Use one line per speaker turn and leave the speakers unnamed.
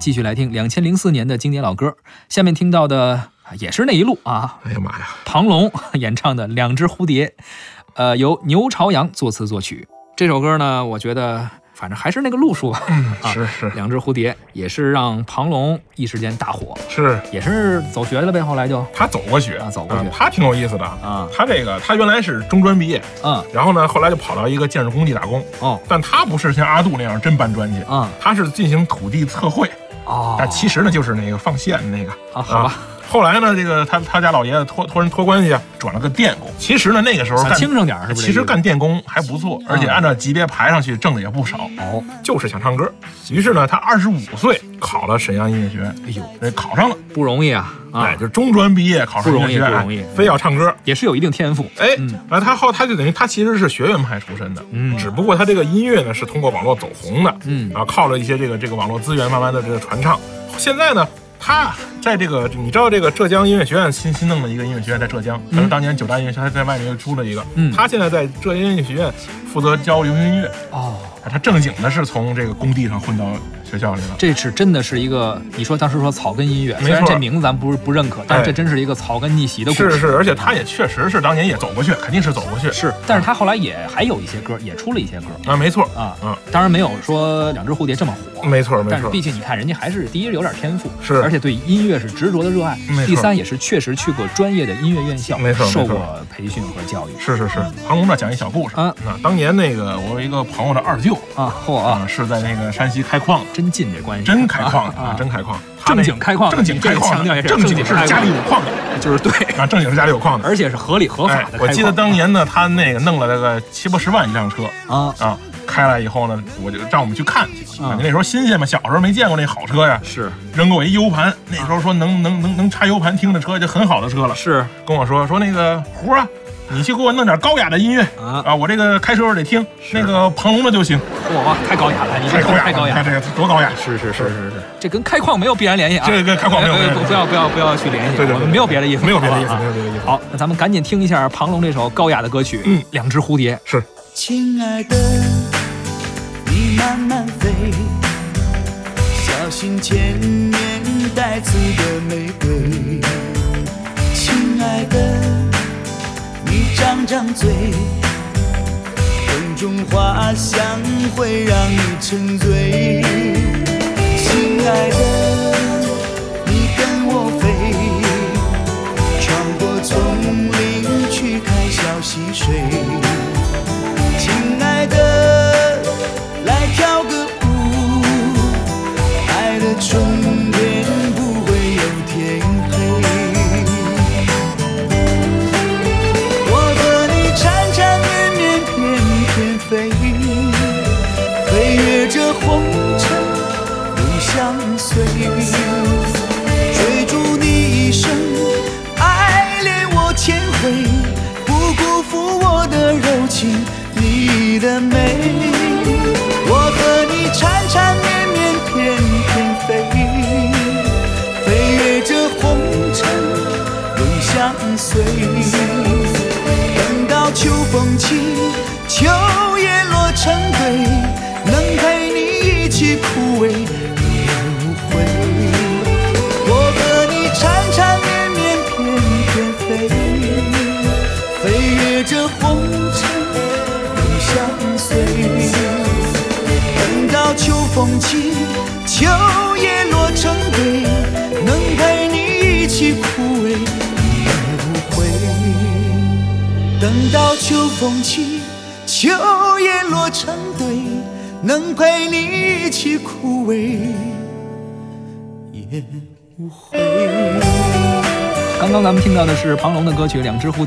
继续来听两千零四年的经典老歌。下面听到的也是那一路啊，
哎呀妈呀，
庞龙 演唱的《两只蝴蝶》，呃，由牛朝阳作词作曲。这首歌呢，我觉得反正还是那个路数吧。啊
嗯是是
两只蝴蝶也是让庞龙一时间大火，
是，
也是走学了呗，后来就
他走过学
啊走过学
嗯他挺有意思的。
啊，
他这个，他原来是中专毕业，
嗯，
然后呢，后来就跑到一个建设工地打工，
哦，
但他不是像阿杜那样真搬砖去，
嗯，
他是进行土地测绘，
哦，
但其实呢，就是那个放线那个。
啊，好吧，
后来呢，这个他他家老爷子托托人托关系啊，转了个电工。其实呢，那个时候
想
干
轻省点儿是不是？
其实干电工还不
啊
错，而且按照级别排上去挣的也不少，
哦，
就是想唱歌。于是呢，他二十五岁考了沈阳音乐学，
哎呦，
哎，考上了，
不容易啊
哎，
啊，
就中专毕业考上
不
音
容
乐
易
学院，
不容易
哎非要唱歌。
也是有一定天赋。
哎
嗯，
完他后他就等于他其实是学院派出身的，
嗯
只不过他这个音乐呢是通过网络走红的，
嗯
然后靠着一些这个这个网络资源慢慢的这个传唱。现在呢，他在这个你知道这个浙江音乐学院新新弄的一个音乐学院在浙江，他是当年九大音乐学院在外面又出了一个，
嗯
他现在在浙江音乐学院负责教流行音乐，啊
哦，
他正经的是从这个工地上混到学校里了。
这是真的是一个，你说当时说草根音乐，
没
虽然
错
这名字咱不是不认可，但是
哎
这真是一个草根逆袭的故
是
事。
是，而且他也确实是当年也走过去，肯定是走过去。
是，但是他后来也还有一些歌，也出了一些歌
啊，没错，
啊，
嗯，
当然没有说两只蝴蝶这么火，
没错没
但是
错，
毕竟你看人家还是第一有点天赋，
是
而且对音乐是执着的热爱
没，错
第三也是确实去过专业的音乐院校，
没错没错
受过培训和教育
是是是，庞龙这讲一小故事
啊
那当年那个我有一个朋友的二舅
啊，嚯啊，
啊，是在那个山西开矿的，
真近这关系，
真开矿的
啊
啊，真开矿，他
正
那
经开矿的，
正经开
你这个
矿
强调一
的，
下，
正经是
开
家
矿
里有矿的
就是对，
啊，正经是家里有矿的。
而且是合理合法
哎
的开，矿。
我记得当年呢，他那个弄了那个七八十万一辆车
啊，
啊，开来以后呢，我就让我们去看去，
啊
感觉那时候新鲜嘛，小时候没见过那好车呀。
是
扔给我一 U 盘，那时候说能能能能插 U 盘听的车就很好的车了。
是
跟我说说那个胡啊，你去给我弄点高雅的音乐
啊，
啊，我这个开车时候得听那个庞龙的就行，
哇，啊太高雅了，你这
太高雅了，
太高雅
你看
了。
这个多高雅，
是是是是是，这跟开矿没有必然联系啊！
这跟开矿没有
哎哎
必然
不
联系
不要不要不要去联系，啊
对对对
我们没有别的意思，
没有别的意思，
好
没
吧
有别的意思。
好，那咱们赶紧听一下庞龙这首高雅的歌曲《
嗯
两只蝴蝶》。
是
亲爱的，你慢慢飞，小心前面带刺的玫瑰。亲爱的，你张张嘴，风中花香会让你沉醉。亲爱的，你跟我飞，穿过丛林去看小溪水。亲爱的，来跳个舞，爱的终点不会有天黑。我和你缠缠绵绵，翩翩飞，飞越这红尘，永相随。追逐你一生，爱恋我千回，不辜负我的柔情，你的美。我和你缠缠绵绵，翩翩飞，飞越这红尘，永相随。等到秋风起，秋叶落成堆，能陪你一起枯萎。无悔。我和你缠缠绵绵，翩翩飞，飞越这红尘，永相随。等到秋风起，秋叶落成堆，能陪你一起枯萎，无悔。等到秋风起，秋叶落成堆，能陪你一起枯萎。也无悔。
刚刚咱们听到的是庞龙的歌曲《两只蝴蝶》。